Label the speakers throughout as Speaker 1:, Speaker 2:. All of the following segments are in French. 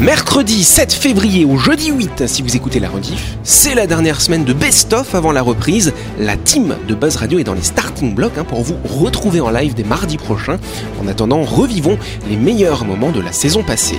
Speaker 1: Mercredi 7 février au jeudi 8, si vous écoutez la rediff, c'est la dernière semaine de best-of avant la reprise. La team de Buzz Radio est dans les starting blocks hein, pour vous retrouver en live dès mardi prochain. En attendant, revivons les meilleurs moments de la saison passée.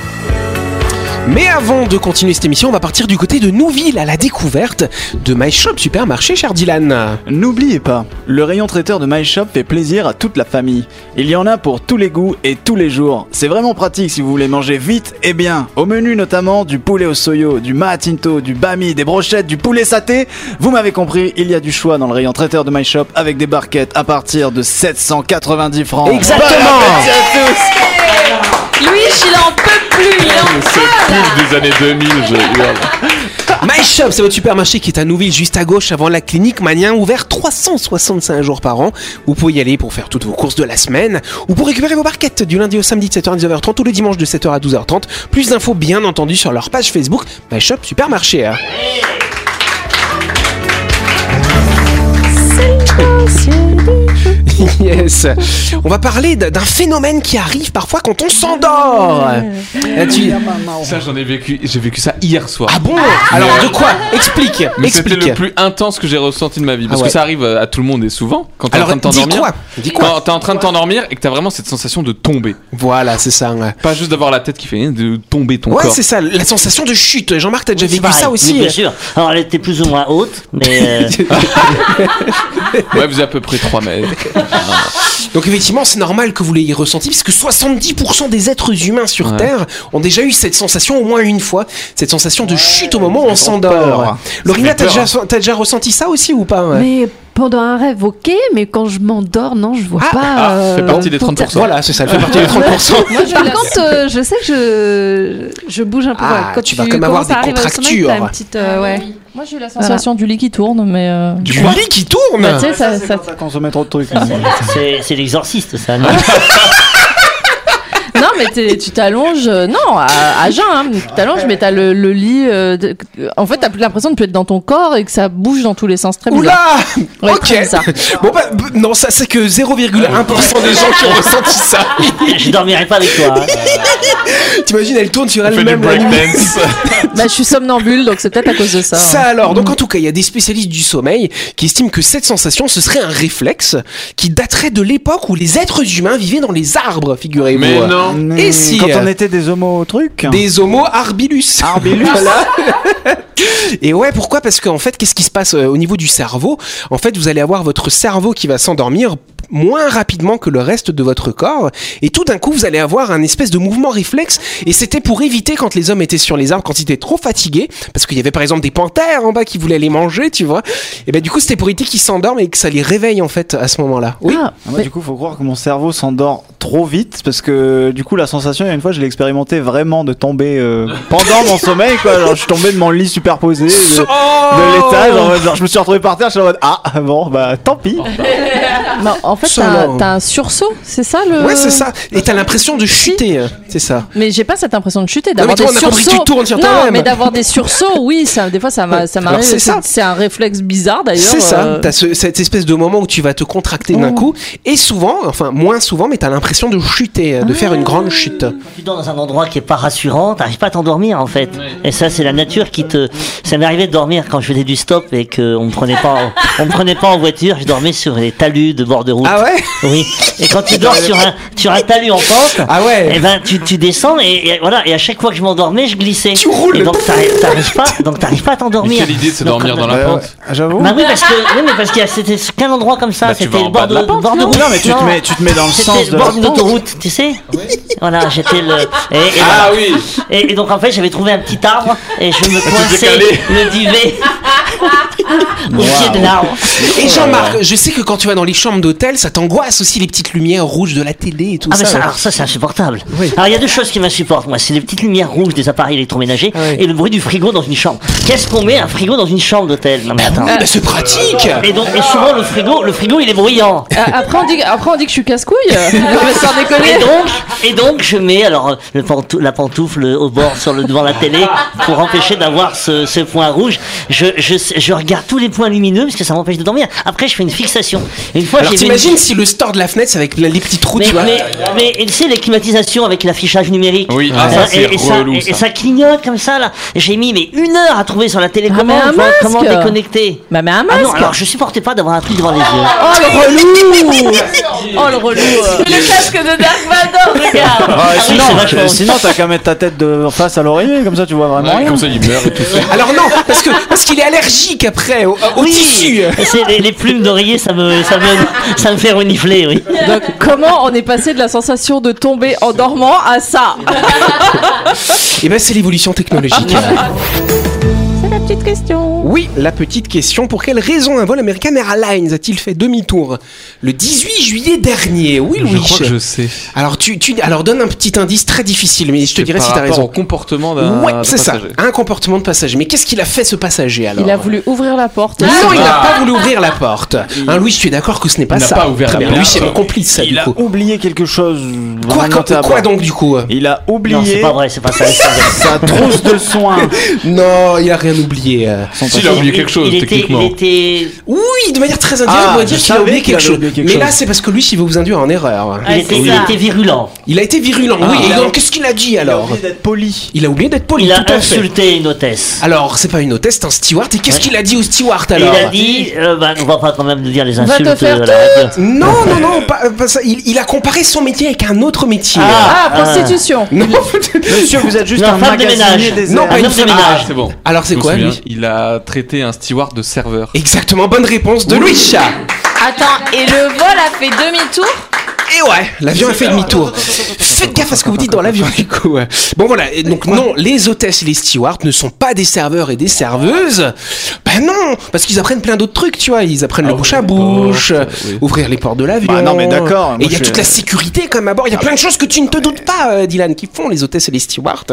Speaker 1: Mais avant de continuer cette émission, on va partir du côté de Nouville à la découverte de My Shop Supermarché, cher Dylan.
Speaker 2: N'oubliez pas, le rayon traiteur de My Shop fait plaisir à toute la famille. Il y en a pour tous les goûts et tous les jours. C'est vraiment pratique si vous voulez manger vite et bien. Au menu notamment du poulet au soyo, du maatinto, du bami, des brochettes, du poulet saté. Vous m'avez compris, il y a du choix dans le rayon traiteur de My Shop avec des barquettes à partir de 790
Speaker 1: Oh.
Speaker 2: francs.
Speaker 1: Exactement
Speaker 3: Louis, il en peut plus, il en
Speaker 4: C'est
Speaker 2: Ah,
Speaker 4: plus des années 2000, je hurle.
Speaker 1: My Shop, c'est votre supermarché qui est à Nouville, juste à gauche, avant la clinique Manien, ouvert 365 jours par an. Vous pouvez y aller pour faire toutes vos courses de la semaine ou pour récupérer vos barquettes du lundi au samedi de 7h à 19h30 ou le dimanche de 7h à 12h30. Plus d'infos, bien entendu, sur leur page Facebook My Shop Supermarché. hein. Yes. On va parler d- d'un phénomène qui arrive parfois quand on s'endort. Ah, tu-
Speaker 4: Ça, j'en ai vécu, j'ai vécu ça hier soir. euh,
Speaker 1: Ah bon Alors de quoi Explique.
Speaker 4: Mais c'était
Speaker 1: explique.
Speaker 4: le plus intense que j'ai ressenti de ma vie. Parce
Speaker 1: Ah ouais.
Speaker 4: que ça arrive à tout le monde et souvent. Quand t'es en
Speaker 1: Alors
Speaker 4: train de
Speaker 1: dis
Speaker 4: t'endormir.
Speaker 1: quoi Dis quoi
Speaker 4: Quand t'es en train de t'endormir et que t'as vraiment cette sensation de tomber.
Speaker 1: Voilà, c'est ça. ouais.
Speaker 4: Pas juste d'avoir la tête qui fait hein, de tomber ton
Speaker 1: Ouais,
Speaker 4: corps.
Speaker 1: c'est ça, la sensation de chute. Jean-Marc, t'as déjà
Speaker 5: C'est
Speaker 1: vécu
Speaker 5: pareil,
Speaker 1: ça
Speaker 5: oui,
Speaker 1: aussi euh
Speaker 5: bien sûr. Alors elle était plus ou moins haute, mais euh,
Speaker 4: Ouais, vous êtes à peu près 3 mètres.
Speaker 1: Donc effectivement, c'est normal que vous l'ayez ressenti, puisque 70% des êtres humains sur
Speaker 4: Ouais.
Speaker 1: Terre ont déjà eu cette sensation au moins une fois, cette sensation de chute au moment où on s'endort.
Speaker 2: peur.
Speaker 1: Lorina,
Speaker 2: Ça fait
Speaker 1: t'as
Speaker 2: peur.
Speaker 1: déjà, t'as déjà ressenti ça aussi ou pas
Speaker 6: Mais pendant un rêve, ok, mais quand je m'endors, non, je vois
Speaker 1: Ah,
Speaker 6: pas. euh,
Speaker 4: ah,
Speaker 3: euh,
Speaker 4: fait partie des
Speaker 6: pour
Speaker 4: 30%.
Speaker 6: ter-
Speaker 1: Voilà, c'est ça, elle fait partie des 30%.
Speaker 6: Moi, je- par contre, euh, je sais que je, je bouge un peu.
Speaker 1: Ah,
Speaker 6: voilà. Quand
Speaker 1: tu vas quand même avoir
Speaker 6: commences à
Speaker 1: des
Speaker 6: arriver au sommeil,
Speaker 1: contractures.
Speaker 6: t'as une petite, euh, ouais.
Speaker 3: Ah, Moi, j'ai eu la sensation du lit qui tourne, mais. euh,
Speaker 1: Du lit qui tourne
Speaker 3: bah, tu sais, ça- ça-
Speaker 2: Ça consommait trop de trucs.
Speaker 5: c'est c'est l'exorciste, ça. non
Speaker 1: Ah.
Speaker 3: Non, mais t'es- tu t'allonges, euh, non, à, à jeun, hein, mais tu t'allonges, mais t'as le, le lit. euh, de- en fait, t'as plus l'impression de plus être dans ton corps et que ça bouge dans tous les sens. Très
Speaker 1: Oula
Speaker 3: bizarre. Ouais,
Speaker 1: Ok
Speaker 3: très bizarre.
Speaker 1: Bon bah, b- non, ça c'est que 0,1% des gens qui ont ressenti ça.
Speaker 5: Je dormirai pas avec toi. hein.
Speaker 1: T'imagines, elle tourne sur
Speaker 4: On fait du
Speaker 1: elle-même la nuit.
Speaker 4: breakdance.
Speaker 3: Bah, je suis somnambule, donc c'est peut-être à cause de ça. hein. Mm.
Speaker 1: Ça alors, donc en tout cas, il y a des spécialistes du sommeil qui estiment que cette sensation, ce serait un réflexe qui daterait de l'époque où les êtres humains vivaient dans les arbres, figurez-vous.
Speaker 4: Mais non.
Speaker 1: Et si,
Speaker 2: Quand
Speaker 1: euh,
Speaker 2: on était des homo trucs.
Speaker 1: Des homo Hein. arbilus.
Speaker 2: Arbilus.
Speaker 1: Voilà. Et ouais, pourquoi Parce qu'en fait, qu'est-ce qui se passe euh, au niveau du cerveau En fait, vous allez avoir votre cerveau qui va s'endormir moins rapidement que le reste de votre corps et tout d'un coup vous allez avoir un espèce de mouvement réflexe et c'était pour éviter quand les hommes étaient sur les arbres quand ils étaient trop fatigués parce qu'il y avait par exemple des panthères en bas qui voulaient les manger tu vois et ben du coup c'était pour éviter qu'ils s'endorment et que ça les réveille en fait à ce moment-là oui
Speaker 3: Ah,
Speaker 2: Ah, Moi, du coup, faut croire que mon cerveau s'endort trop vite parce que du coup, la sensation, il y a une fois, je l'ai expérimenté vraiment de tomber euh, pendant mon sommeil, quoi. Genre, je suis tombé de mon lit superposé de, de
Speaker 4: Oh
Speaker 2: l'étage. en mode, genre, je me suis retrouvé par terre, je suis en mode ah bon, bah tant pis.
Speaker 3: mais en fait,
Speaker 1: Ça,
Speaker 3: t'as
Speaker 1: alors.
Speaker 3: t'as un sursaut, c'est ça le.
Speaker 1: ouais c'est ça et t'as l'impression de chuter euh, c'est ça
Speaker 3: Mais j'ai pas cette impression de chuter, d'avoir
Speaker 1: mais
Speaker 3: des
Speaker 1: toi, on a compris que
Speaker 3: sursauts.
Speaker 1: tu tournes sur
Speaker 3: non,
Speaker 1: toi-même.
Speaker 3: mais d'avoir des sursauts, oui, ça, des fois ça m'a- ça
Speaker 1: Alors,
Speaker 3: m'arrive.
Speaker 1: c'est ça.
Speaker 3: C'est c'est un réflexe bizarre d'ailleurs.
Speaker 1: C'est ça,
Speaker 3: euh,
Speaker 1: t'as ce- cette espèce de moment où tu vas te contracter
Speaker 5: Oh.
Speaker 1: d'un coup, et souvent, enfin moins souvent, mais t'as l'impression de chuter, euh, de faire une grande
Speaker 5: Ah.
Speaker 1: chute.
Speaker 5: Tu dors dans un endroit qui est pas rassurant, t'arrives pas à t'endormir en fait. Et ça, c'est la nature qui te. Ça m'est arrivé de dormir quand je faisais du stop et qu'on me prenait pas, en- on me prenait pas en voiture. Je dormais sur les talus de bord de route.
Speaker 1: Ah ouais
Speaker 5: Oui. Et quand tu dors sur un, sur un talus en pente,
Speaker 1: Ah ouais
Speaker 5: eh ben tu, tu descends et, et voilà. Et à chaque fois que je m'endormais, je glissais.
Speaker 1: Tu roules.
Speaker 5: Et donc t'arrives t'arrives pas, donc t'arrives pas à
Speaker 4: Mais
Speaker 5: t'endormir.
Speaker 4: quelle idée de se
Speaker 5: Donc,
Speaker 4: dormir dans la
Speaker 2: Ouais, ouais,
Speaker 4: pente.
Speaker 1: Ah,
Speaker 2: J'avoue.
Speaker 5: Bah oui, parce que oui, mais parce qu'il y a- c'était qu'un endroit comme ça.
Speaker 4: Bah, tu vas
Speaker 5: c'était
Speaker 4: en
Speaker 5: le
Speaker 4: bas
Speaker 5: bord
Speaker 4: de
Speaker 5: de,
Speaker 4: la
Speaker 5: bord de route.
Speaker 2: Non, mais tu te
Speaker 5: Non.
Speaker 2: mets, tu te mets dans le
Speaker 5: C'était
Speaker 2: sens
Speaker 5: le
Speaker 2: de. la
Speaker 5: bord
Speaker 2: pente.
Speaker 5: d'une autoroute, tu sais Voilà, j'étais le. Et, et voilà.
Speaker 4: Ah oui
Speaker 5: Et, et donc en fait, j'avais trouvé un petit arbre et je me coinçais
Speaker 4: décalais.
Speaker 5: le duvet. Au pied de l'arbre.
Speaker 1: Et Jean-Marc, je sais que quand tu vas dans les chambres d'hôtel, ça t'angoisse aussi les petites lumières rouges de la télé et tout
Speaker 5: Ah, mais
Speaker 1: ça. hein.
Speaker 5: ça, alors ça, c'est insupportable. Alors, il y a deux choses qui m'insupportent, moi. C'est les petites lumières rouges des appareils électroménagers
Speaker 1: oui.
Speaker 5: et le bruit du frigo dans une chambre. Qu'est-ce qu'on met un frigo dans une chambre d'hôtel Non, mais attends.
Speaker 1: Oui, bah, c'est pratique.
Speaker 5: Et donc, et souvent, le frigo, le frigo, il est bruyant.
Speaker 3: Euh, Après, on dit, après, on dit que je suis casse-couille. Non, mais sans
Speaker 5: Et
Speaker 3: déconner.
Speaker 5: donc, et donc, je mets alors euh, le pantou- la pantoufle au bord sur le devant la télé pour empêcher d'avoir ce, ce point rouge. Je, je, je regarde tous les points lumineux parce que ça m'empêche de dormir. Après, je fais une fixation. Une fois,
Speaker 1: Alors
Speaker 5: j'ai vu une-
Speaker 1: t'imagines si le store de la fenêtre c'est avec la- les petits trous,
Speaker 5: Mais,
Speaker 1: tu vois.
Speaker 5: mais, mais et tu sais, les climatisations avec l'affichage numérique.
Speaker 4: Oui, ah,
Speaker 5: Euh,
Speaker 4: ça, c'est
Speaker 5: et, et ça,
Speaker 4: relou,
Speaker 5: et- et
Speaker 4: ça.
Speaker 5: ça clignote comme ça là. J'ai mis mais une heure à trouver sur la télécommande
Speaker 3: Ah, mais un
Speaker 5: voir comment
Speaker 3: masque.
Speaker 5: déconnecter.
Speaker 3: Bah, mais un
Speaker 5: Ah
Speaker 3: masque.
Speaker 5: non, alors je supportais pas d'avoir un truc devant les yeux.
Speaker 3: Oh le relou Oh le relou euh.
Speaker 6: Le casque de Dark Vador, regarde
Speaker 2: Ah, et
Speaker 5: oui,
Speaker 2: sinon,
Speaker 5: c'est vachement-
Speaker 2: sinon, t'as qu'à mettre ta tête de face à l'oreiller, comme ça tu vois vraiment
Speaker 4: Ouais,
Speaker 2: rien.
Speaker 4: comme ça, il meurt et tout ça.
Speaker 1: Alors non, parce que parce qu'il est allergique après au, euh, au tissu.
Speaker 5: Et c'est les, les plumes d'oreiller, ça me, ça me, ça me fait renifler, oui.
Speaker 3: Donc comment on est passé de la sensation de tomber en dormant à ça
Speaker 1: Et ben c'est l'évolution technologique.
Speaker 4: Ah,
Speaker 3: C'est la petite question
Speaker 1: Oui, la petite question, pour quelle raison un vol American Airlines a-t-il fait demi-tour le 18 juillet dernier Oui, Louis.
Speaker 4: Je crois que je sais.
Speaker 1: Alors tu, tu alors donne un petit indice très difficile, mais je te dirai si t'as
Speaker 4: Au
Speaker 1: raison.
Speaker 4: comportement d'un.
Speaker 1: Ouais,
Speaker 4: d'un
Speaker 1: c'est ça,
Speaker 4: passager.
Speaker 1: un comportement de passager. Mais qu'est-ce qu'il a fait ce passager alors
Speaker 3: Il a voulu ouvrir la porte. Ah.
Speaker 1: Non, il n'a pas voulu ouvrir la porte. Hein, Louis, tu es d'accord que ce n'est pas
Speaker 4: Ah. n'a
Speaker 1: ça.
Speaker 4: pas ouvert
Speaker 1: Très
Speaker 4: la
Speaker 1: bien. Louis,
Speaker 4: porte.
Speaker 1: c'est mon complice, ça,
Speaker 2: Il
Speaker 1: du
Speaker 2: a
Speaker 1: coup.
Speaker 2: oublié quelque chose.
Speaker 1: Quoi,
Speaker 2: vraiment
Speaker 1: quoi,
Speaker 2: à
Speaker 1: quoi
Speaker 2: bord.
Speaker 1: donc, du coup euh
Speaker 2: Il a
Speaker 5: Non, c'est
Speaker 2: oublié
Speaker 5: pas vrai, c'est pas ça. l'histoire.
Speaker 2: sa trousse de soins.
Speaker 1: Non, il a rien oublié. euh.
Speaker 4: Si, il a oublié quelque chose,
Speaker 5: il, était-
Speaker 4: techniquement.
Speaker 5: Il était,
Speaker 1: Oui, de manière très indirecte,
Speaker 2: Ah,
Speaker 1: on va dire
Speaker 2: je
Speaker 1: qu'il a
Speaker 2: savais
Speaker 1: oublié
Speaker 2: qu'il
Speaker 1: quelque
Speaker 2: avait
Speaker 1: chose.
Speaker 2: oublié quelque
Speaker 1: Mais
Speaker 2: chose.
Speaker 1: là, c'est parce que Louis, il veut vous induire en erreur.
Speaker 5: il était, il était virulent.
Speaker 1: Il a été virulent, oui.
Speaker 4: Ah.
Speaker 1: Et donc, qu'est-ce qu'il a dit alors
Speaker 2: d'être poli.
Speaker 1: Il a oublié d'être poli,
Speaker 5: Il a
Speaker 1: tout à fait.
Speaker 5: insulté une hôtesse.
Speaker 1: Alors, c'est pas une hôtesse, c'est un steward. Et qu'est-ce
Speaker 5: Ouais.
Speaker 1: qu'il a dit au steward
Speaker 5: Et
Speaker 1: alors
Speaker 5: il a dit, euh, bah, on va pas quand même dire les
Speaker 3: Va
Speaker 5: insultes
Speaker 3: te faire
Speaker 5: à la radio.
Speaker 1: Non, non, non, pas- euh, pas ça. Il, il a comparé son métier avec un autre métier.
Speaker 3: Ah, prostitution
Speaker 1: Non,
Speaker 2: Monsieur, vous êtes juste
Speaker 5: Non,
Speaker 2: un
Speaker 5: femme de
Speaker 2: magasinier
Speaker 5: ménage.
Speaker 2: des
Speaker 1: Non,
Speaker 2: airs.
Speaker 1: pas
Speaker 5: Un
Speaker 1: une
Speaker 5: homme de
Speaker 1: femme.
Speaker 4: Ah,
Speaker 5: ménage.
Speaker 4: c'est bon.
Speaker 1: Alors, c'est
Speaker 4: Je me
Speaker 1: quoi,
Speaker 4: souviens,
Speaker 1: lui
Speaker 4: Il a traité un steward de serveur.
Speaker 1: Exactement, bonne réponse de Louis Chat.
Speaker 6: Attends, et le vol a fait demi-tour
Speaker 1: Et ouais, l'avion a fait demi-tour. Faites gaffe à ce que vous dites dans l'avion, du coup. Bon, voilà. Et Donc, non, les hôtesses et les stewards ne sont pas des serveurs et des serveuses. Ben non, parce qu'ils apprennent plein d'autres trucs, tu vois. Ils apprennent le bouche à bouche, euh,
Speaker 4: portes, oui.
Speaker 1: ouvrir les portes de l'avion.
Speaker 2: Bah non, mais d'accord, moi,
Speaker 1: Et il y a
Speaker 2: je suis-
Speaker 1: toute la sécurité, quand même, à bord. Il y a plein de choses que tu ne te doutes pas, euh, Dylan, qui font les hôtesses et les stewards.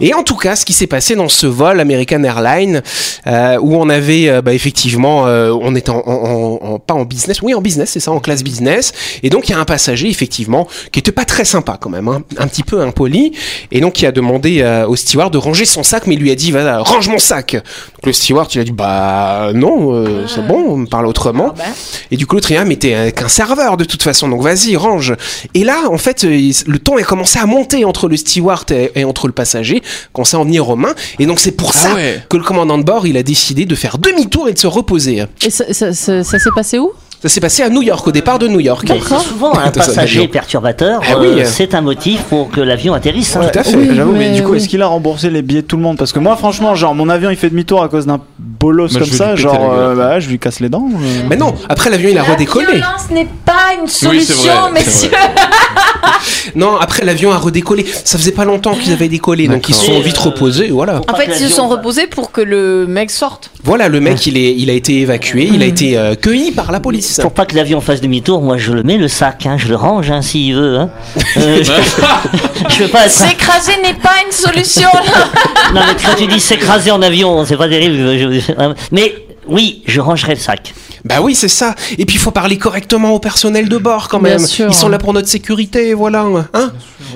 Speaker 1: Et en tout cas, ce qui s'est passé dans ce vol American Airlines, euh, où on avait, euh, bah, effectivement, euh, on était en, en- en- en- pas en business, oui, en business, c'est ça, en classe business. Et donc, il y a un passager, effectivement, qui était pas très sympa quand même, hein, un petit peu impoli. Et donc, il a demandé euh, au steward de ranger son sac, mais il lui a dit, va, range mon sac. Donc, le steward, il a dit, bah, non, euh, c'est bon, on me parle
Speaker 5: Ah,
Speaker 1: autrement.
Speaker 5: bah.
Speaker 1: Et du coup, l'autre, il a, mais t'es euh, qu'un serveur de toute façon, donc vas-y, range. Et là, en fait, euh, il- le ton a commencé à monter entre le steward et, et entre le passager, quand ça en venir aux mains. Et donc, c'est pour ça
Speaker 4: Ah ouais.
Speaker 1: que le commandant de bord, il a décidé de faire demi-tour et de se reposer.
Speaker 3: Et ça, ça- ça- ça s'est passé où
Speaker 1: Ça s'est passé à New York, au départ de New York.
Speaker 5: Mais c'est souvent un
Speaker 1: Dans un
Speaker 5: passager
Speaker 1: avion.
Speaker 5: perturbateur,
Speaker 1: Ah oui.
Speaker 5: euh, c'est un motif pour que l'avion atterrisse. hein.
Speaker 1: Tout à fait.
Speaker 3: Oui,
Speaker 2: J'avoue,
Speaker 3: mais
Speaker 2: mais, du coup,
Speaker 3: oui.
Speaker 2: est-ce qu'il a remboursé les billets de tout le monde Parce que moi, franchement, genre, mon avion il fait demi-tour à cause d'un bolos
Speaker 4: Moi, je
Speaker 2: comme
Speaker 4: vais
Speaker 2: ça,
Speaker 4: lui péter
Speaker 2: genre,
Speaker 4: la gueule.
Speaker 2: euh, bah, je lui casse les dents. euh.
Speaker 1: Mais non, après l'avion il a redécollé.
Speaker 6: violence n'est pas une
Speaker 4: Oui, c'est
Speaker 6: solution,
Speaker 4: vrai, c'est
Speaker 6: messieurs
Speaker 4: vrai.
Speaker 1: Non, après l'avion a redécollé. Ça faisait pas longtemps qu'ils avaient décollé, donc ils se sont
Speaker 5: D'accord.
Speaker 1: vite
Speaker 5: Et, euh,
Speaker 1: reposés. Voilà.
Speaker 6: En fait, ils se sont reposés pour que le mec sorte.
Speaker 1: Voilà, le mec il, est, il a été évacué, il a été euh, cueilli par la police.
Speaker 5: Pour pas que l'avion fasse demi-tour, moi je le mets le sac, hein, je le range hein, s'il veut. Hein. Euh, je veux pas être.
Speaker 6: S'écraser n'est pas une solution
Speaker 5: Non, mais quand tu dis s'écraser en avion, c'est pas terrible. je- je- Mais oui, je rangerai le sac.
Speaker 1: Bah oui, c'est ça. Et puis il faut parler correctement au personnel de bord quand
Speaker 3: Bien
Speaker 1: même.
Speaker 3: sûr.
Speaker 1: Ils sont là pour notre sécurité, voilà. Hein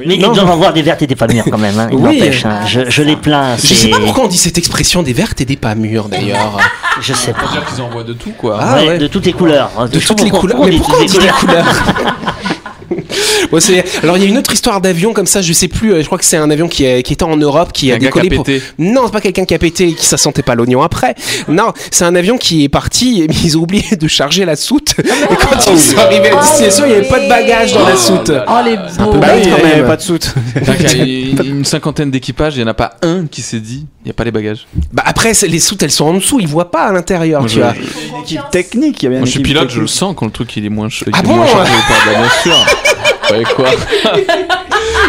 Speaker 5: Mais
Speaker 1: Non.
Speaker 5: ils doivent avoir des vertes et des pas mûres quand même. Hein. Il
Speaker 1: Oui.
Speaker 5: n'empêche, hein, je, je les plains.
Speaker 1: Je sais
Speaker 5: c'est-
Speaker 1: pas pourquoi on dit cette expression des vertes et des pas mûres d'ailleurs.
Speaker 5: Je sais pas.
Speaker 4: C'est-à-dire qu'ils envoient de tout, quoi.
Speaker 1: Ah
Speaker 5: Ouais,
Speaker 1: ouais.
Speaker 5: De toutes les couleurs.
Speaker 3: Hein,
Speaker 1: De toutes les couleurs. Mais pourquoi on dit les couleurs Bon, c'est- Alors il y a une autre histoire d'avion comme ça, je sais plus, euh, je crois que c'est un avion qui, est- qui était en Europe, qui a
Speaker 4: Un gars qui a
Speaker 1: décollé pour-
Speaker 4: pété.
Speaker 1: Non, c'est pas quelqu'un qui a pété et qui ça sentait pas l'oignon après. Non, c'est un avion qui est parti et ils ont oublié de charger la soute.
Speaker 3: Ah,
Speaker 1: Et quand ils sont arrivés à destination, il n'y avait pas de bagages dans la soute.
Speaker 3: Oh les beaux
Speaker 2: Bah oui,
Speaker 1: bête, quand
Speaker 2: il avait
Speaker 1: même.
Speaker 2: pas de soute.
Speaker 4: C'est-à-dire qu'il y a une cinquantaine d'équipages, il n'y en a pas un qui s'est dit, il n'y a pas les bagages.
Speaker 1: Bah après, c'est- les soutes, elles sont en dessous, ils voient pas à l'intérieur,
Speaker 4: Moi,
Speaker 1: tu
Speaker 4: je-
Speaker 1: vois.
Speaker 2: Une équipe technique, il y avait
Speaker 4: Moi,
Speaker 2: une
Speaker 4: je suis
Speaker 2: équipe
Speaker 4: pilote, je le
Speaker 2: technique.
Speaker 4: sens quand le truc il est moins, ch- il
Speaker 1: Ah
Speaker 4: est
Speaker 1: bon
Speaker 4: moins chargé ou pas. Bah, bien sûr. Ouais, quoi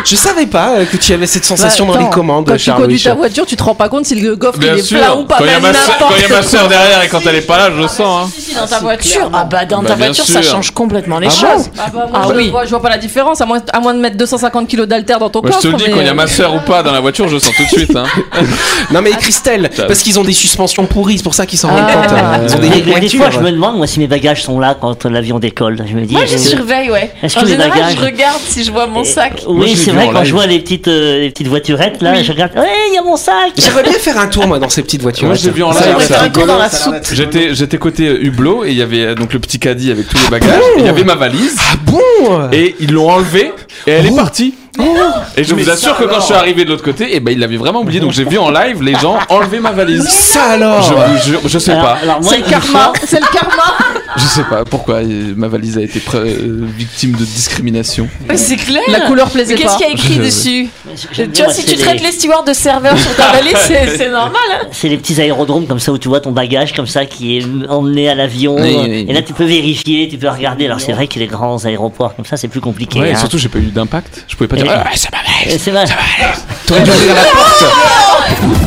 Speaker 1: Je savais pas euh, que tu avais cette sensation
Speaker 3: Bah,
Speaker 1: dans les
Speaker 3: attends,
Speaker 1: commandes,
Speaker 3: Quand tu
Speaker 1: Charles
Speaker 3: conduis
Speaker 1: Louis.
Speaker 3: ta voiture, tu te rends pas compte si le gaufre il est plat ou pas.
Speaker 4: Quand il y a
Speaker 3: même
Speaker 1: Bah,
Speaker 4: ma soeur,
Speaker 3: n'importe quoi.
Speaker 4: derrière et quand elle est pas là, je le sens. hein.
Speaker 3: Si, si, dans ta voiture.
Speaker 7: Sûr. Ah bah dans
Speaker 4: Bah,
Speaker 7: ta
Speaker 4: bien
Speaker 7: voiture ça
Speaker 4: sûr.
Speaker 7: change complètement les
Speaker 1: Ah bon
Speaker 7: choses.
Speaker 3: Ah, bah, moi,
Speaker 7: Ah
Speaker 3: je,
Speaker 7: oui.
Speaker 3: vois, je vois pas la différence, à moins, à moins de mettre 250 kilos d'altère dans ton euh,
Speaker 4: Moi,
Speaker 3: corps.
Speaker 4: je te le dis, quand il y a ma soeur ou pas dans la voiture, je le sens tout de suite. Hein.
Speaker 1: euh,
Speaker 4: Ah.
Speaker 1: Non mais Christelle,
Speaker 4: Bah
Speaker 1: parce qu'ils ont des suspensions pourries, c'est pour ça qu'ils s'en rendent
Speaker 3: Ah.
Speaker 1: compte. hein. Ils ont des
Speaker 5: Mais-
Speaker 1: vieilles
Speaker 5: mais des fois,
Speaker 1: voitures.
Speaker 5: je me demande, moi, si mes bagages sont là quand l'avion décolle. Je me dis. euh,
Speaker 7: Moi je
Speaker 5: est-ce que-
Speaker 7: surveille ouais.
Speaker 5: est-ce que
Speaker 7: En
Speaker 5: les
Speaker 7: général
Speaker 5: bagages-
Speaker 7: je regarde si je vois mon sac.
Speaker 4: Moi, je
Speaker 5: Oui,
Speaker 4: l'ai
Speaker 5: c'est
Speaker 4: vu
Speaker 5: vrai,
Speaker 4: en
Speaker 5: quand
Speaker 4: live.
Speaker 5: je vois les petites, euh, les petites voiturettes, là, je regarde, ouais, il y a mon sac
Speaker 1: J'aimerais bien faire un tour moi dans ces petites voitures.
Speaker 4: Moi, je l'ai vu en
Speaker 1: Ça a
Speaker 4: live,
Speaker 1: l'air
Speaker 4: ça.
Speaker 1: d'être
Speaker 4: Faire un
Speaker 1: rigolo,
Speaker 7: tour dans la
Speaker 1: ça a l'air d'être rigolo.
Speaker 4: J'étais j'étais côté euh, Hublot et il y avait euh, donc le petit caddie avec tous les bagages. et Il y avait ma valise
Speaker 1: Ah bon Oh.
Speaker 4: et ils l'ont enlevée et elle est partie. Et je
Speaker 1: Mais
Speaker 4: vous
Speaker 1: ça
Speaker 4: assure que quand
Speaker 1: alors
Speaker 4: je suis arrivé de l'autre côté, et ben ils l'avaient vraiment oublié. Donc j'ai vu en live les gens enlever ma valise.
Speaker 1: Ça alors
Speaker 4: Je vous jure, je sais
Speaker 5: Alors-
Speaker 4: pas.
Speaker 5: alors moi,
Speaker 3: C'est le
Speaker 5: une
Speaker 3: karma,
Speaker 5: fois-
Speaker 3: c'est le karma.
Speaker 4: Je sais pas pourquoi euh, ma valise a été pre- euh, victime de discrimination.
Speaker 7: Mais c'est clair.
Speaker 3: La couleur
Speaker 7: Mais
Speaker 3: plaisait
Speaker 7: Qu'est-ce
Speaker 3: pas.
Speaker 7: qu'il y a écrit
Speaker 4: Je-
Speaker 7: dessus Euh,
Speaker 5: J'aime
Speaker 7: Tu
Speaker 5: bien,
Speaker 7: vois
Speaker 5: moi,
Speaker 7: si
Speaker 5: c'est
Speaker 7: tu traites
Speaker 5: les-
Speaker 7: les stewards de serveurs sur ta valise c'est c'est normal. hein.
Speaker 5: C'est les petits aérodromes comme ça où tu vois ton bagage comme ça qui est emmené à l'avion.
Speaker 4: Oui,
Speaker 5: euh,
Speaker 4: oui,
Speaker 5: Et
Speaker 4: oui.
Speaker 5: là tu peux vérifier, tu peux regarder. Alors c'est vrai que les grands aéroports comme ça c'est plus compliqué.
Speaker 4: Ouais, et
Speaker 5: hein.
Speaker 4: surtout j'ai pas eu d'impact. Je pouvais pas dire.
Speaker 5: Et-
Speaker 4: Ah, ça va.
Speaker 5: Et c'est mal.
Speaker 1: T'aurais dû ouvrir la porte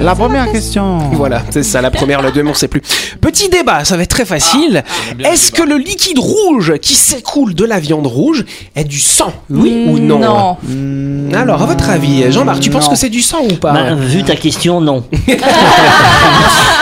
Speaker 2: La première question.
Speaker 1: Voilà, c'est ça, la première, la deuxième, on sait plus. Petit débat, ça va être très
Speaker 4: Ah,
Speaker 1: facile. Est-ce que le liquide rouge qui s'écoule de la viande rouge est du sang Oui ou non Hmm.
Speaker 3: Non.
Speaker 1: Alors, à votre avis, Jean-Marc, tu penses
Speaker 2: Non.
Speaker 1: que c'est du sang ou pas
Speaker 5: Bah, vu ta question, non.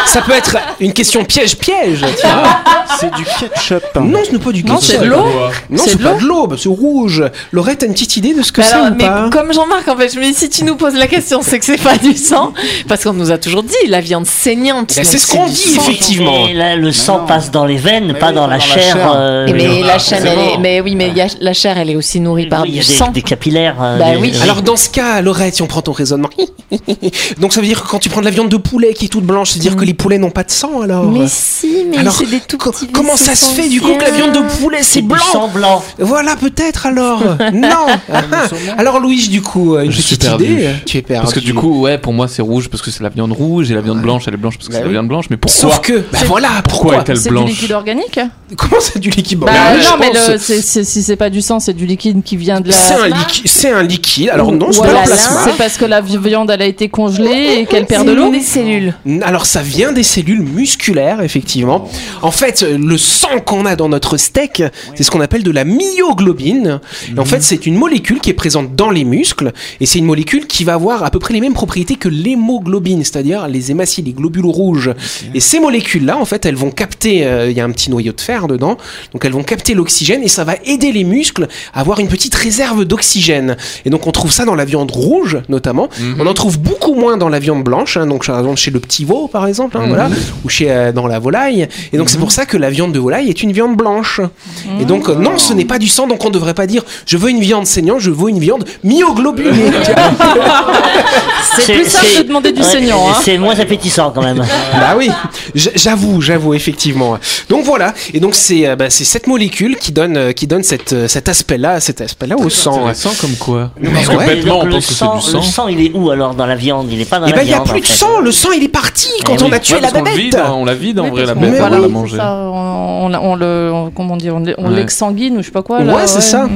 Speaker 1: Ça peut être une question piège-piège. tu vois.
Speaker 2: C'est du ketchup.
Speaker 1: Non, ce n'est pas du
Speaker 3: Non, c'est de l'eau. Bah
Speaker 1: Non,
Speaker 3: C'est
Speaker 1: c'est
Speaker 3: de
Speaker 1: pas de l'eau, bah, c'est rouge. Laurette, t'as une petite idée de ce que
Speaker 7: Mais
Speaker 1: c'est
Speaker 7: alors,
Speaker 1: ou
Speaker 7: mais
Speaker 1: pas
Speaker 7: comme Jean-Marc, en fait, je me dis, si tu nous poses la question, c'est que c'est pas du sang. Parce qu'on nous a toujours dit, la viande saignante.
Speaker 1: Ben,
Speaker 7: donc
Speaker 1: C'est ce qu'on
Speaker 7: du
Speaker 1: dit,
Speaker 7: sang.
Speaker 1: effectivement.
Speaker 5: Et là, le sang
Speaker 2: non.
Speaker 5: passe dans les veines,
Speaker 2: Mais
Speaker 5: pas
Speaker 2: oui,
Speaker 5: dans, la, chair. euh,
Speaker 7: Et mais
Speaker 5: oui.
Speaker 7: la chair, elle est,
Speaker 5: Forcément.
Speaker 7: mais oui, mais il y a- la chair, elle est aussi nourrie par
Speaker 5: Oui, il y
Speaker 7: du
Speaker 5: a des,
Speaker 7: sang.
Speaker 5: des capillaires. euh,
Speaker 7: Bah
Speaker 5: des-
Speaker 7: oui.
Speaker 1: Alors dans ce cas, Laurette, si on prend ton raisonnement, donc ça veut dire que quand tu prends de la viande de poulet qui est toute blanche, c'est dire que les poulets n'ont pas de sang alors
Speaker 6: Mais si, mais
Speaker 1: Alors,
Speaker 6: c'est des tout
Speaker 1: co-
Speaker 6: petits
Speaker 1: comment ça se
Speaker 6: vaisseaux
Speaker 1: fait du coup que la viande de poulet c'est
Speaker 5: c'est du sang
Speaker 1: blanc
Speaker 5: blanc.
Speaker 1: Voilà peut-être alors. non. Ah, alors Louis, du coup, euh, une
Speaker 4: Je suis
Speaker 1: petite
Speaker 4: perdu.
Speaker 1: idée. hein. Tu es perdu.
Speaker 4: Parce que du coup, ouais, pour moi c'est rouge parce que c'est la viande rouge et la viande blanche elle est blanche parce que
Speaker 1: Bah
Speaker 4: c'est la
Speaker 1: oui.
Speaker 4: viande blanche. Mais pourquoi
Speaker 1: sauf que bah voilà
Speaker 4: Pourquoi
Speaker 1: pourquoi.
Speaker 4: est-elle
Speaker 3: C'est du
Speaker 4: blanche
Speaker 3: liquide organique
Speaker 1: Comment c'est du liquide
Speaker 3: Bah
Speaker 1: Bah, je
Speaker 3: non, mais
Speaker 1: pense-
Speaker 3: le- c'est- c'est- si c'est pas du sang, c'est du liquide qui vient de la. Bah,
Speaker 1: c'est un liquide. C'est un liquide. Alors non, c'est
Speaker 3: Ou
Speaker 1: pas
Speaker 3: alors
Speaker 1: le
Speaker 3: là,
Speaker 1: plasma.
Speaker 3: C'est parce que la viande elle a été congelée et qu'elle perd de l'eau.
Speaker 7: des cellules.
Speaker 1: Alors ça vient des cellules musculaires, effectivement. En fait, euh, le sang qu'on a dans notre steak, c'est ce qu'on appelle de la myoglobine. Et en fait, c'est une molécule qui est présente dans les muscles, et c'est une molécule qui va avoir à peu près les mêmes propriétés que l'hémoglobine, c'est-à-dire les hématies, les globules rouges. Et ces molécules-là, en fait, elles vont capter, euh, il y a un petit noyau de fer dedans, donc elles vont capter l'oxygène, et ça va aider les muscles à avoir une petite réserve d'oxygène. Et donc on trouve ça dans la viande rouge, notamment,
Speaker 5: Mhm.
Speaker 1: on en trouve beaucoup moins dans la viande blanche, hein, donc par exemple, chez le petit veau par exemple, hein,
Speaker 4: Mhm.
Speaker 1: voilà, ou chez euh, dans la volaille. Et donc c'est
Speaker 5: Mhm.
Speaker 1: pour ça que la viande de volaille est une viande blanche. Et donc euh, non, ce n'est pas du sang, donc on ne devrait pas dire je veux une viande saignante, je veux une viande myoglobulée.
Speaker 3: C'est plus simple
Speaker 5: c'est-
Speaker 3: de demander du
Speaker 5: ouais,
Speaker 3: saignant. hein.
Speaker 5: C'est moins appétissant quand même.
Speaker 1: bah oui, j- j'avoue, j'avoue effectivement. Donc voilà, et donc c'est euh, bah, c'est cette molécule qui donne euh, qui donne cette, euh, cet aspect-là, cet aspect-là au sang. ouais.
Speaker 4: sang comme quoi
Speaker 1: Mais
Speaker 4: Parce que
Speaker 1: ouais.
Speaker 4: bêtement
Speaker 5: Donc,
Speaker 4: on
Speaker 5: le
Speaker 4: pense que c'est
Speaker 5: sang-
Speaker 4: du sang.
Speaker 5: Le sang, il est où alors dans la viande Il est pas dans
Speaker 1: Et
Speaker 5: la
Speaker 1: ben il n'y
Speaker 5: viande.
Speaker 1: a plus
Speaker 5: en
Speaker 1: de
Speaker 5: fait.
Speaker 1: sang, le sang il est parti quand
Speaker 5: oui.
Speaker 1: on a tué
Speaker 4: Eh
Speaker 1: la
Speaker 4: Ouais, parce qu'on le vide,
Speaker 1: bébête.
Speaker 4: hein, on la vide en
Speaker 3: Oui,
Speaker 4: vrai
Speaker 3: parce
Speaker 4: la
Speaker 3: qu'on-
Speaker 4: bête,
Speaker 1: Mais
Speaker 4: on
Speaker 1: oui,
Speaker 4: l'a
Speaker 3: c'est
Speaker 4: mangée.
Speaker 3: ça, on, on- on le, on- comment dire, on, le- on
Speaker 4: Ouais.
Speaker 3: l'exsanguine ou je sais pas quoi. Là,
Speaker 1: Ouais, c'est ça.
Speaker 3: mm.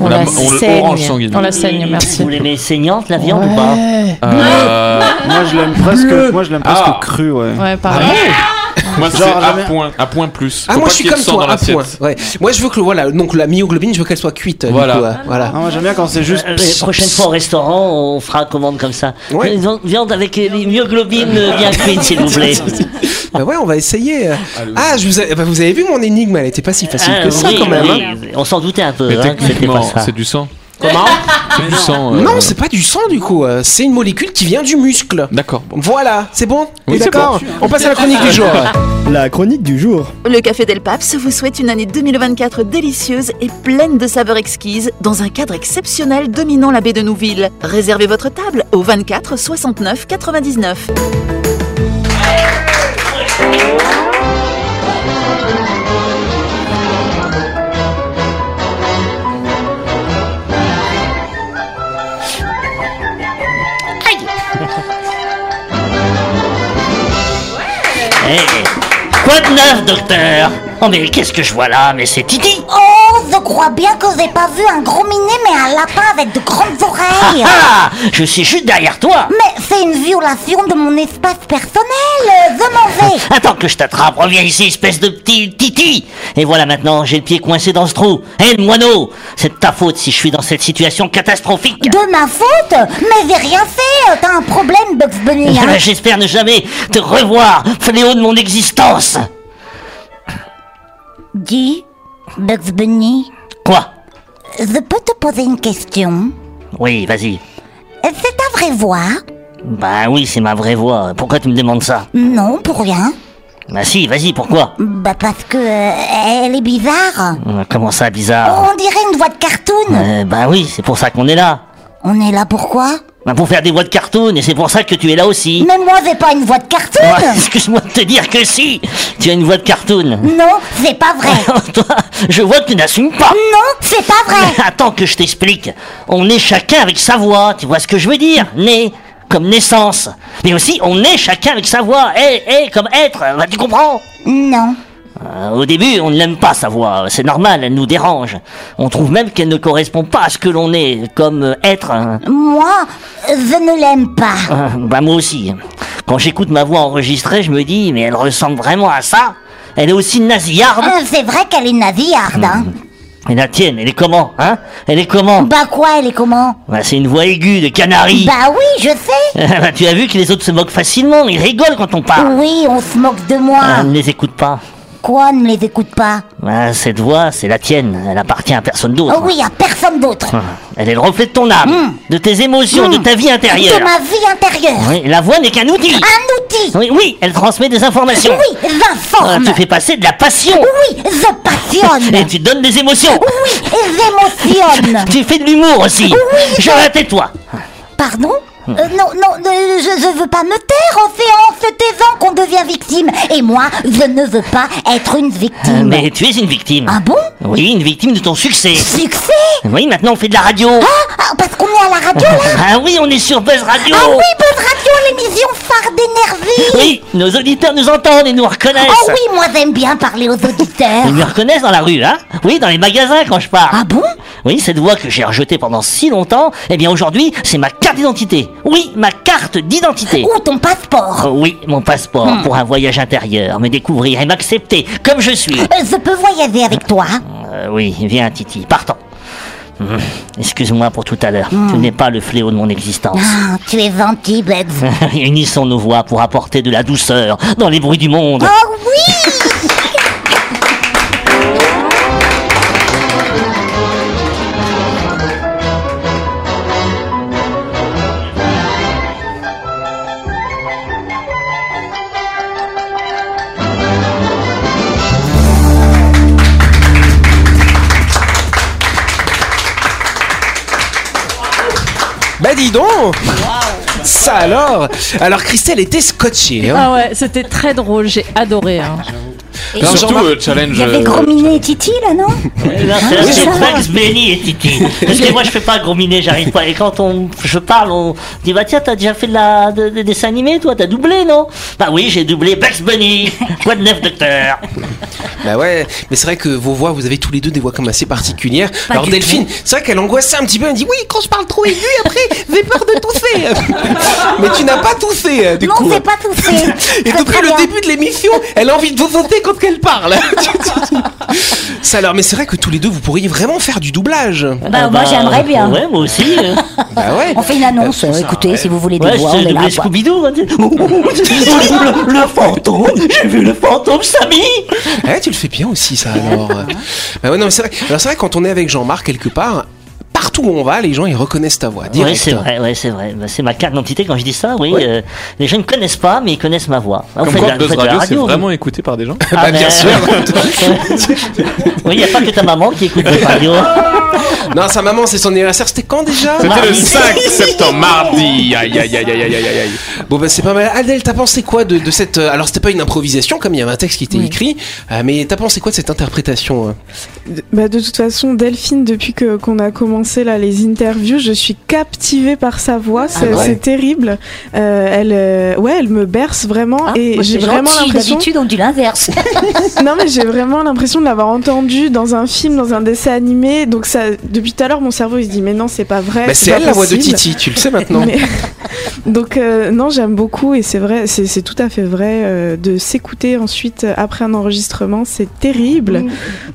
Speaker 4: On
Speaker 7: la
Speaker 4: la- on le-
Speaker 7: saigne.
Speaker 4: on orange sanguine.
Speaker 3: On la saigne, merci.
Speaker 5: Vous l'aimez saignante la viande ou pas
Speaker 4: Euh,
Speaker 2: Moi je l'aime presque, moi je l'aime presque
Speaker 4: Ah.
Speaker 2: cru, ouais.
Speaker 3: Ouais, pareil.
Speaker 4: Moi, c'est
Speaker 2: Genre,
Speaker 4: à
Speaker 2: jamais-
Speaker 4: point, à point plus.
Speaker 1: Ah
Speaker 4: Faut
Speaker 1: moi
Speaker 4: pas
Speaker 1: je suis
Speaker 4: qu'il y ait de
Speaker 1: comme
Speaker 4: sang dans
Speaker 1: toi, à
Speaker 4: l'assiette.
Speaker 1: point. Ouais. Moi je veux que le- voilà, donc la myoglobine, je veux qu'elle soit cuite. du
Speaker 4: Voilà.
Speaker 1: coup, euh, voilà.
Speaker 2: Ah, moi j'aime bien quand c'est juste.
Speaker 5: Euh, mais prochaine fois au restaurant, on fera commande comme ça.
Speaker 1: Ouais.
Speaker 5: Euh, donc, Viande avec euh, les myoglobines euh, bien cuites, s'il vous plaît.
Speaker 1: Bah ouais, on va essayer. Ah, je vous, ai- bah, vous avez vu mon énigme, elle était pas si facile
Speaker 5: Ah,
Speaker 1: que ça
Speaker 5: oui,
Speaker 1: quand même.
Speaker 5: oui,
Speaker 1: hein.
Speaker 5: oui. On s'en doutait un peu.
Speaker 4: Mais
Speaker 5: hein, que c'était pas
Speaker 4: techniquement,
Speaker 5: ça.
Speaker 4: c'est du sang.
Speaker 1: Comment
Speaker 4: C'est du sang. euh,
Speaker 1: Ah, Non, c'est pas du sang du coup, euh, c'est une molécule qui vient du muscle.
Speaker 4: D'accord. bon.
Speaker 1: Voilà, c'est bon T'es
Speaker 4: Oui, c'est
Speaker 1: D'accord On passe à la chronique du jour.
Speaker 8: La chronique du jour.
Speaker 9: Le Café Del Paps vous souhaite une année 2024 délicieuse et pleine de saveurs exquises dans un cadre exceptionnel dominant la baie de Nouville. Réservez votre table au 24 69 99.
Speaker 5: Eh, Quoi de neuf, docteur Oh, mais qu'est-ce que je vois là Mais c'est Titi
Speaker 10: Oh, je crois bien que j'ai pas vu un gros minet, mais un lapin avec de grandes
Speaker 5: Ah
Speaker 10: oreilles.
Speaker 5: ah Je suis juste derrière toi
Speaker 10: Mais c'est une violation de mon espace personnel. Je m'en vais.
Speaker 5: Attends que je t'attrape, reviens ici, espèce de petit Titi Et voilà maintenant, j'ai le pied coincé dans ce trou Hé, le moineau C'est de ta faute si je suis dans cette situation catastrophique
Speaker 10: De ma faute Mais j'ai rien fait. T'as un problème, Bugs Bunny. hein.
Speaker 5: J'espère ne jamais te revoir, fléau de mon existence
Speaker 10: Dis, Bugs Bunny,
Speaker 5: Quoi
Speaker 10: je peux te poser une question
Speaker 5: Oui, vas-y.
Speaker 10: C'est ta vraie voix
Speaker 5: Bah oui, c'est ma vraie voix. Pourquoi tu me demandes ça
Speaker 10: Non, pour rien.
Speaker 5: Bah si, vas-y, pourquoi
Speaker 10: Bah parce que euh, elle est bizarre.
Speaker 5: Euh, Comment ça, bizarre
Speaker 10: On dirait une voix de cartoon.
Speaker 5: euh, Bah oui, c'est pour ça qu'on est là.
Speaker 10: On est là pourquoi
Speaker 5: Bah, pour faire des voix de cartoon, et c'est pour ça que tu es là aussi.
Speaker 10: Mais moi, j'ai pas une voix de cartoon.
Speaker 5: Ouais, Excuse-moi de te dire que si Tu as une voix de cartoon.
Speaker 10: Non, c'est pas vrai.
Speaker 5: Toi, je vois que tu n'assumes pas.
Speaker 10: Non, c'est pas vrai.
Speaker 5: Mais attends que je t'explique. On est chacun avec sa voix, tu vois ce que je veux dire Né, comme naissance. Mais aussi, on est chacun avec sa voix. Eh, eh, comme être, bah, tu comprends
Speaker 10: Non.
Speaker 5: Euh, Au début, on n'aime pas sa voix, c'est normal, elle nous dérange. On trouve même qu'elle ne correspond pas à ce que l'on est, comme euh, être. hein.
Speaker 10: Moi, je ne l'aime pas.
Speaker 5: Euh, bah moi aussi. Quand j'écoute ma voix enregistrée, je me dis, mais elle ressemble vraiment à ça Elle est aussi nasillarde
Speaker 10: Euh, C'est vrai qu'elle est nasillarde, hein.
Speaker 5: Ah. Et la tienne, elle est comment, hein Elle est comment
Speaker 10: Bah quoi, elle est comment
Speaker 5: Bah c'est une voix aiguë de canari.
Speaker 10: Bah oui, je sais.
Speaker 5: Bah, tu as vu que les autres se moquent facilement, ils rigolent quand on parle.
Speaker 10: Oui, on se moque de
Speaker 5: Ah,
Speaker 10: moi.
Speaker 5: ne les écoute pas.
Speaker 10: Quoi, ne les écoute pas
Speaker 5: Bah, cette voix, c'est la tienne, elle appartient à personne d'autre. Hum.
Speaker 10: Oh oui, y a personne d'autre.
Speaker 5: Elle est le reflet de ton âme, de tes émotions, de ta vie intérieure.
Speaker 10: Hum. De ma vie intérieure.
Speaker 5: Oui, la voix n'est qu'un outil.
Speaker 10: Un outil.
Speaker 5: Oui, oui, elle transmet des informations.
Speaker 10: Oui,
Speaker 5: Ah,
Speaker 10: j'informe.
Speaker 5: tu fais passer de la passion.
Speaker 10: Oui, je passionne.
Speaker 5: Et tu donnes des émotions.
Speaker 10: Oui, j'émotionne.
Speaker 5: Tu fais de l'humour aussi. Je tais-toi.
Speaker 10: Pardon
Speaker 5: Hmm.
Speaker 10: Euh, non, non, euh, je, je veux pas me taire, Océan, se taisant qu'on devient victime. Et moi, je ne veux pas être une victime.
Speaker 5: Mais tu es une victime.
Speaker 10: Ah bon
Speaker 5: Oui, une victime de ton succès.
Speaker 10: Succès
Speaker 5: Oui, maintenant on fait de la radio.
Speaker 10: ah, ah, parce qu'on est à la radio, là
Speaker 5: Ah oui, on est sur Buzz Radio.
Speaker 10: Ah oui, Buzz Radio, l'émission phare d'énergie
Speaker 5: Oui, nos auditeurs nous entendent et nous reconnaissent.
Speaker 10: Oh oui, moi j'aime bien parler aux auditeurs.
Speaker 5: Ils me reconnaissent dans la rue, hein Oui, dans les magasins quand je pars.
Speaker 10: Ah bon
Speaker 5: Oui, cette voix que j'ai rejetée pendant si longtemps, eh bien aujourd'hui, c'est ma carte d'identité. Oui, ma carte d'identité.
Speaker 10: Ou ton passeport Hmm.
Speaker 5: Oh oui, mon passeport pour un voyage intérieur, me découvrir et m'accepter comme je suis.
Speaker 10: Euh, Je peux voyager avec toi hein.
Speaker 5: Euh, oui, viens Titi, partons. Hum, Excuse-moi pour tout à l'heure, tu n'es pas le fléau de mon existence.
Speaker 10: Ah, Hmm. Tu es gentil, Bugs.
Speaker 5: Unissons nos voix pour apporter de la douceur dans les bruits du monde.
Speaker 10: Oh oui
Speaker 1: Bah dis donc Ça alors Alors Christelle était scotchée. Hein.
Speaker 3: Ah ouais, c'était très drôle, j'ai adoré. hein.
Speaker 1: Alors,
Speaker 4: Surtout,
Speaker 1: Jean-Marc-
Speaker 4: euh, challenge.
Speaker 10: Il y avait
Speaker 4: euh,
Speaker 10: Gros Minet et Titi, là, non
Speaker 5: Là,
Speaker 10: Ah,
Speaker 5: C'est c'est
Speaker 10: ça va.
Speaker 5: Bugs Bunny et Titi. Parce que moi, je fais pas gros minet, j'arrive pas. Et quand on, je parle, on dit bah tiens, t'as déjà fait de la de, des dessins animés, toi, t'as doublé, non Bah oui, j'ai doublé Bugs Bunny. Quoi de neuf, docteur
Speaker 1: Bah ouais, mais c'est vrai que vos voix, vous avez tous les deux des voix comme assez particulières. Alors Delphine, c'est vrai qu'elle angoissait un petit peu, elle dit oui, quand je parle trop aigu, après, j'ai peur de tousser. mais tu n'as pas toussé, euh, du
Speaker 10: Non,
Speaker 1: coup.
Speaker 10: c'est pas tout fait.
Speaker 1: Et
Speaker 10: C'est
Speaker 1: depuis
Speaker 10: très
Speaker 1: le
Speaker 10: bien.
Speaker 1: début de l'émission, elle a envie de vous voter quand elle parle. ça alors, mais c'est vrai que tous les deux, vous pourriez vraiment faire du doublage.
Speaker 10: Bah, moi, j'aimerais bien.
Speaker 5: Ah Ouais, moi aussi. euh.
Speaker 1: Bah ouais.
Speaker 10: On fait une annonce, euh, écoutez, si vous voulez des
Speaker 5: Ouais,
Speaker 10: voix, on
Speaker 5: j'ai
Speaker 10: est là.
Speaker 5: doublé
Speaker 10: quoi.
Speaker 5: Scooby-Doo. hein. le, le fantôme, j'ai vu le fantôme, Samy.
Speaker 1: Ouais, tu le fais bien aussi, ça alors. bah ouais, non, mais c'est vrai. Alors c'est vrai quand on est avec Jean-Marc quelque part. Partout où on va, les gens ils reconnaissent ta voix.
Speaker 5: Oui,
Speaker 1: Direct.
Speaker 5: c'est vrai, ouais, c'est vrai. Bah, c'est ma carte d'identité quand je dis ça, oui. euh, les gens ne me connaissent pas, mais ils connaissent ma voix. Ah, vous faites de
Speaker 4: Comme quoi,
Speaker 5: la-
Speaker 4: Buzz
Speaker 5: vous faites de la
Speaker 4: Radio, c'est
Speaker 5: vous.
Speaker 4: vraiment écouté par des gens. Bah,
Speaker 5: Ah, mais- oui, il n'y a pas que ta maman qui écoute Buzz Radio.
Speaker 1: Non, sa maman, c'est son anniversaire. C'était quand déjà
Speaker 4: C'était le
Speaker 1: Mardi.
Speaker 4: 5 septembre, mardi. Aïe, aïe, aïe, aïe, aïe, aïe, aïe.
Speaker 1: Bon, bah, c'est pas mal. Adèle, t'as pensé quoi de, de cette. euh, Alors, c'était pas une improvisation, comme il y avait un texte qui était écrit, euh, mais t'as pensé quoi de cette interprétation euh
Speaker 11: De, bah, de toute façon, Delphine, depuis que qu'on a commencé là les interviews, je suis captivée par sa voix. C'est
Speaker 12: ouais.
Speaker 11: c'est terrible. Euh, elle, euh, ouais, elle me berce vraiment
Speaker 12: Ah,
Speaker 11: et
Speaker 12: moi,
Speaker 11: j'ai
Speaker 12: c'est
Speaker 11: vraiment
Speaker 12: gentil,
Speaker 11: l'impression.
Speaker 12: d'habitude, on dit l'inverse.
Speaker 11: non mais j'ai vraiment l'impression de l'avoir entendue dans un film, dans un dessin animé. Donc ça, depuis tout à l'heure, mon cerveau il se dit mais non, c'est pas vrai.
Speaker 1: Bah, C'est
Speaker 11: pas
Speaker 1: elle la voix de
Speaker 11: possible.
Speaker 1: Titi, tu le sais maintenant.
Speaker 11: Mais- Donc euh, non, j'aime beaucoup et c'est vrai, c'est c'est tout à fait vrai euh, de s'écouter ensuite euh, après un enregistrement, c'est terrible,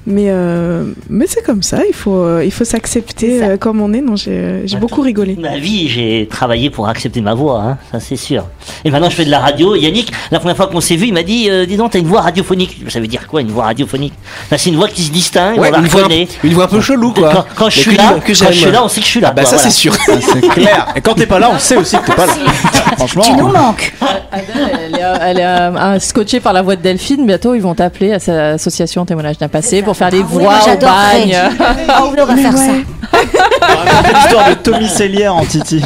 Speaker 11: mais euh, mais c'est comme ça, il faut euh, il faut s'accepter euh, comme on est. Non, j'ai euh, j'ai beaucoup rigolé.
Speaker 5: Ma vie, j'ai travaillé pour accepter ma voix, hein, ça c'est sûr. Et maintenant, je fais de la radio. Yannick, la première fois qu'on s'est vu, il m'a dit euh, Dis donc, t'as une voix radiophonique. Ça veut dire quoi, une voix radiophonique Bah, C'est une voix qui se distingue,
Speaker 1: Ouais,
Speaker 5: on la
Speaker 1: une voix un-
Speaker 5: reconnaît.
Speaker 1: une voix un peu chelou, quoi.
Speaker 5: Quand, quand je
Speaker 1: Mais
Speaker 5: suis
Speaker 1: que-
Speaker 5: là,
Speaker 1: que
Speaker 5: quand je
Speaker 1: j'aime.
Speaker 5: suis là, on sait que je suis là.
Speaker 1: Ah bah,
Speaker 5: quoi,
Speaker 1: ça,
Speaker 5: voilà.
Speaker 1: c'est sûr.
Speaker 2: C'est clair. Et quand t'es pas là, on sait aussi que t'es pas là. Franchement.
Speaker 10: manques.
Speaker 3: Ah, Elle est, euh, elle est, euh, un- scotchée par la voix de Delphine. Bientôt, ils vont t'appeler à sa association témoignage d'un passé pour faire des
Speaker 10: Ah oui,
Speaker 3: voix
Speaker 10: moi,
Speaker 3: au
Speaker 10: j'adorerais.
Speaker 3: bagne.
Speaker 10: Ah oui, on va faire ça.
Speaker 2: L'histoire de Tommy Cellière en Titi.
Speaker 5: Si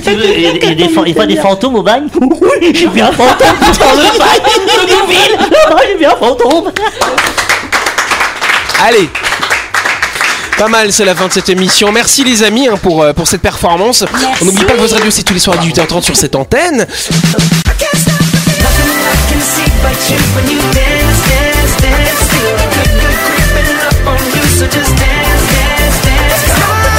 Speaker 5: tu veux, Il y a- il y a des fan- il y a pas des fantômes au bagne Oui, j'ai vu un fantôme dans le bagne de Nouville Ah, J'ai vu un fantôme
Speaker 1: Allez pas mal, c'est la fin de cette émission. Merci les amis hein, pour, euh, pour cette performance. On n'oublie pas que votre radio c'est tous les soirs à 18h30 sur cette antenne.